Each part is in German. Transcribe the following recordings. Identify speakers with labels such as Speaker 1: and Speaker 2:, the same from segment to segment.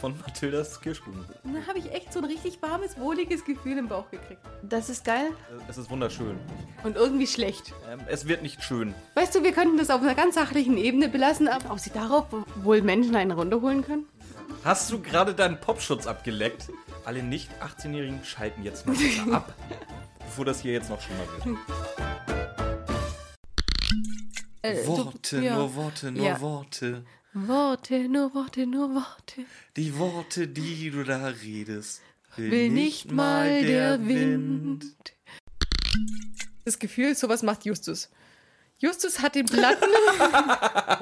Speaker 1: von Mathildas Kirschkuchen.
Speaker 2: Und dann habe ich echt so ein richtig warmes, wohliges Gefühl im Bauch gekriegt.
Speaker 3: Das ist geil
Speaker 1: Also, Es ist wunderschön.
Speaker 2: Und irgendwie schlecht.
Speaker 1: Ähm, es wird nicht schön.
Speaker 2: Weißt du, wir könnten das auf einer ganz sachlichen Ebene belassen, aber ob sie darauf wohl Menschen eine Runde holen können?
Speaker 1: Hast du gerade deinen Popschutz abgeleckt? Alle nicht 18-Jährigen schalten jetzt mal bitte ab, bevor das hier jetzt noch schlimmer wird.
Speaker 2: Äh, du-
Speaker 1: Worte,
Speaker 2: ja.
Speaker 1: nur Worte, nur
Speaker 2: Ja.
Speaker 1: Worte.
Speaker 2: Worte, nur Worte, nur Worte.
Speaker 1: Die Worte, die du da redest,
Speaker 2: Will nicht mal der Wind. Das Gefühl, sowas macht Justus. Justus hat den Platten,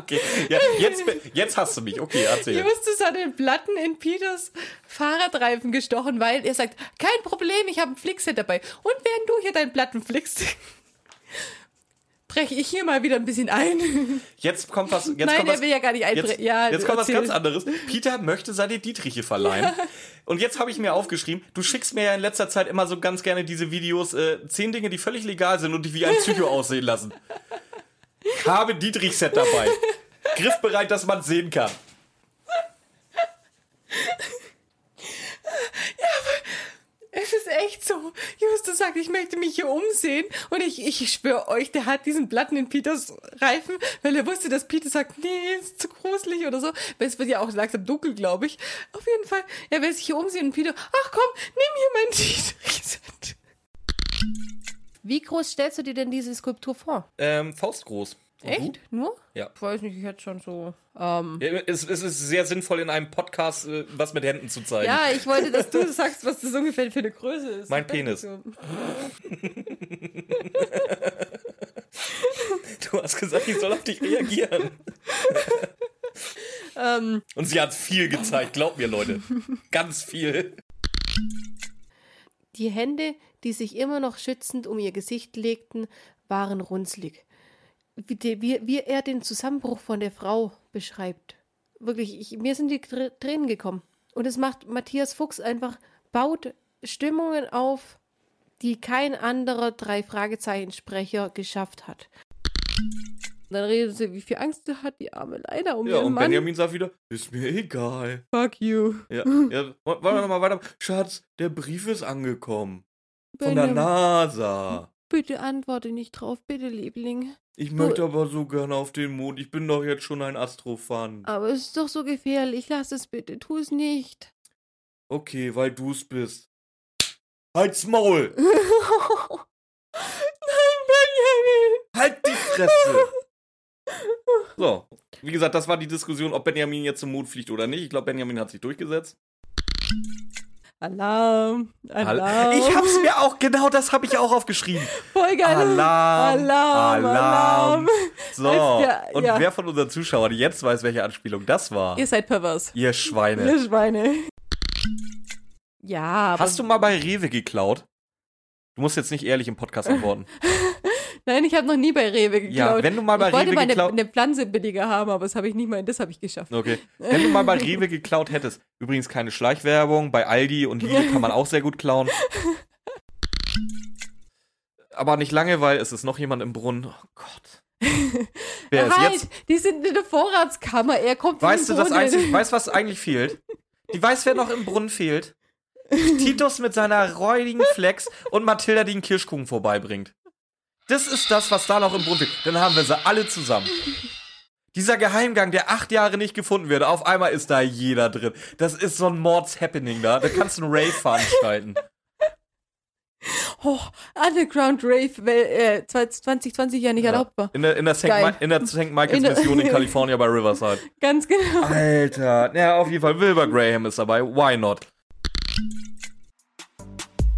Speaker 1: Okay, ja, jetzt, be- jetzt hast du mich. Okay, erzähl.
Speaker 2: Justus hat den Platten in Peters Fahrradreifen gestochen, weil er sagt, kein Problem, ich habe einen Flickset dabei. Und während du hier deinen Platten flickst, breche ich hier mal wieder ein bisschen ein.
Speaker 1: Jetzt kommt was. Jetzt
Speaker 2: Nein,
Speaker 1: kommt
Speaker 2: er
Speaker 1: was,
Speaker 2: will ja gar nicht einbre-
Speaker 1: Jetzt,
Speaker 2: ja,
Speaker 1: jetzt kommt was
Speaker 2: erzähl.
Speaker 1: ganz anderes. Peter möchte seine Dietriche verleihen. Und jetzt habe ich mir aufgeschrieben, du schickst mir ja in letzter Zeit immer so ganz gerne diese Videos, äh, zehn Dinge, die völlig legal sind und dich wie ein Psycho aussehen lassen. Habe Dietrich-Set dabei. Griffbereit, dass man sehen kann.
Speaker 2: Es ist echt so. Justus sagt, ich möchte mich hier umsehen. Und ich, ich schwöre euch, der hat diesen Platten in Peters Reifen, weil er wusste, dass Peter sagt, nee, ist zu gruselig oder so. Weil es wird ja auch langsam dunkel, glaube ich. Auf jeden Fall, er will sich hier umsehen und Peter, ach komm, nimm hier mein T-Shirt.
Speaker 3: Wie groß stellst du dir denn diese Skulptur vor?
Speaker 1: Ähm, faustgroß. Und
Speaker 2: Echt? Nur?
Speaker 1: Ja.
Speaker 2: Ich weiß nicht, ich hätte schon so. Ähm,
Speaker 1: du? Ja, Es, es ist sehr sinnvoll, in einem Podcast äh, was mit Händen zu zeigen.
Speaker 3: Ja, ich wollte das.
Speaker 2: du sagst, was das ungefähr für eine Größe ist.
Speaker 1: Mein Penis.
Speaker 2: So.
Speaker 1: Du hast gesagt, ich soll auf dich reagieren.
Speaker 2: Ähm,
Speaker 1: Und sie hat viel gezeigt, glaubt mir, Leute. Ganz viel.
Speaker 3: Die Hände, die sich immer noch schützend um ihr Gesicht legten, waren runzlig. Wie, de- wie, wie er den Zusammenbruch von der Frau beschreibt. Wirklich, ich, mir sind die Tr- Tränen gekommen. Und es macht Matthias Fuchs einfach, baut Stimmungen auf, die kein anderer drei Fragezeichen-Sprecher geschafft hat.
Speaker 2: dann redet sie, wie viel Angst sie hat, die arme Leider um
Speaker 1: Ja,
Speaker 2: ihren
Speaker 1: und
Speaker 2: Mann.
Speaker 1: Benjamin sagt wieder, ist mir egal.
Speaker 2: Fuck you.
Speaker 1: Ja, ja wollen wir nochmal weiter? Schatz, der Brief ist angekommen. Von der
Speaker 3: Benjamin,
Speaker 2: Genau.
Speaker 1: NASA.
Speaker 3: bitte antworte nicht drauf, bitte, Liebling.
Speaker 1: Ich möchte aber so gerne auf den Mond. Ich bin doch jetzt schon ein Astrofan.
Speaker 2: Ah.
Speaker 3: Aber es ist doch so gefährlich, lass es bitte, tu es nicht.
Speaker 1: Okay, weil du's bist. Halt's Maul! Halt die Fresse! So, wie gesagt, das war die Diskussion, ob Benjamin jetzt zum Mond fliegt oder nicht. Ich glaube, Benjamin hat sich durchgesetzt.
Speaker 2: Alarm, Alarm.
Speaker 1: Ich hab's mir auch, genau das habe ich auch aufgeschrieben.
Speaker 2: voll geil.
Speaker 1: Alarm,
Speaker 2: Alarm, Alarm.
Speaker 1: Alarm. So,
Speaker 2: Als der-
Speaker 1: und
Speaker 2: ja.
Speaker 1: wer von unseren Zuschauern jetzt weiß, welche Anspielung das war?
Speaker 2: Ihr seid pervers.
Speaker 1: Ihr Schweine.
Speaker 2: Ihr Schweine. Ja, aber
Speaker 1: Hast du mal bei Rewe geklaut? Du musst jetzt nicht ehrlich im Podcast antworten.
Speaker 2: nein, ich habe noch nie bei Rewe geklaut.
Speaker 1: Ja, wenn du mal bei
Speaker 2: ich wollte
Speaker 1: Rewe
Speaker 2: mal eine,
Speaker 1: geklaut-
Speaker 2: eine Pflanze billiger haben, aber das habe ich nicht mal, das habe ich geschafft.
Speaker 1: Okay. Wenn du mal bei Rewe geklaut hättest. Übrigens keine Schleichwerbung. Bei Aldi und Lidl kann man auch sehr gut klauen. Aber nicht lange, weil es ist noch jemand im Brunnen. Oh Gott. Wer ist
Speaker 2: halt,
Speaker 1: also jetzt?
Speaker 2: die sind in der Vorratskammer. Er kommt
Speaker 1: Weißt du,
Speaker 2: in den
Speaker 1: das
Speaker 2: Brunnen.
Speaker 1: einzig, weißt, du, was eigentlich fehlt? Die weiß, wer noch im Brunnen fehlt. Titus mit seiner räudigen Flex und Mathilda, die einen Kirschkuchen vorbeibringt. Das ist das, was da noch im Brunnen fehlt. Dann haben wir sie alle zusammen. Dieser Geheimgang, der acht Jahre nicht gefunden wird, auf einmal ist da jeder drin. Das ist so ein Mords-Happening da. Da kannst du einen Rave veranstalten.
Speaker 2: Oh, Underground Rave, weil äh, 2020 ja nicht erlaubt war.
Speaker 1: In der, in der, St.
Speaker 2: Geil.
Speaker 1: Mi- in der St. Michaels
Speaker 2: In der-
Speaker 1: Mission in Kalifornien bei Riverside.
Speaker 2: Ganz genau.
Speaker 1: Alter. Ja, auf jeden Fall. Wilbur Graham ist dabei. Why not?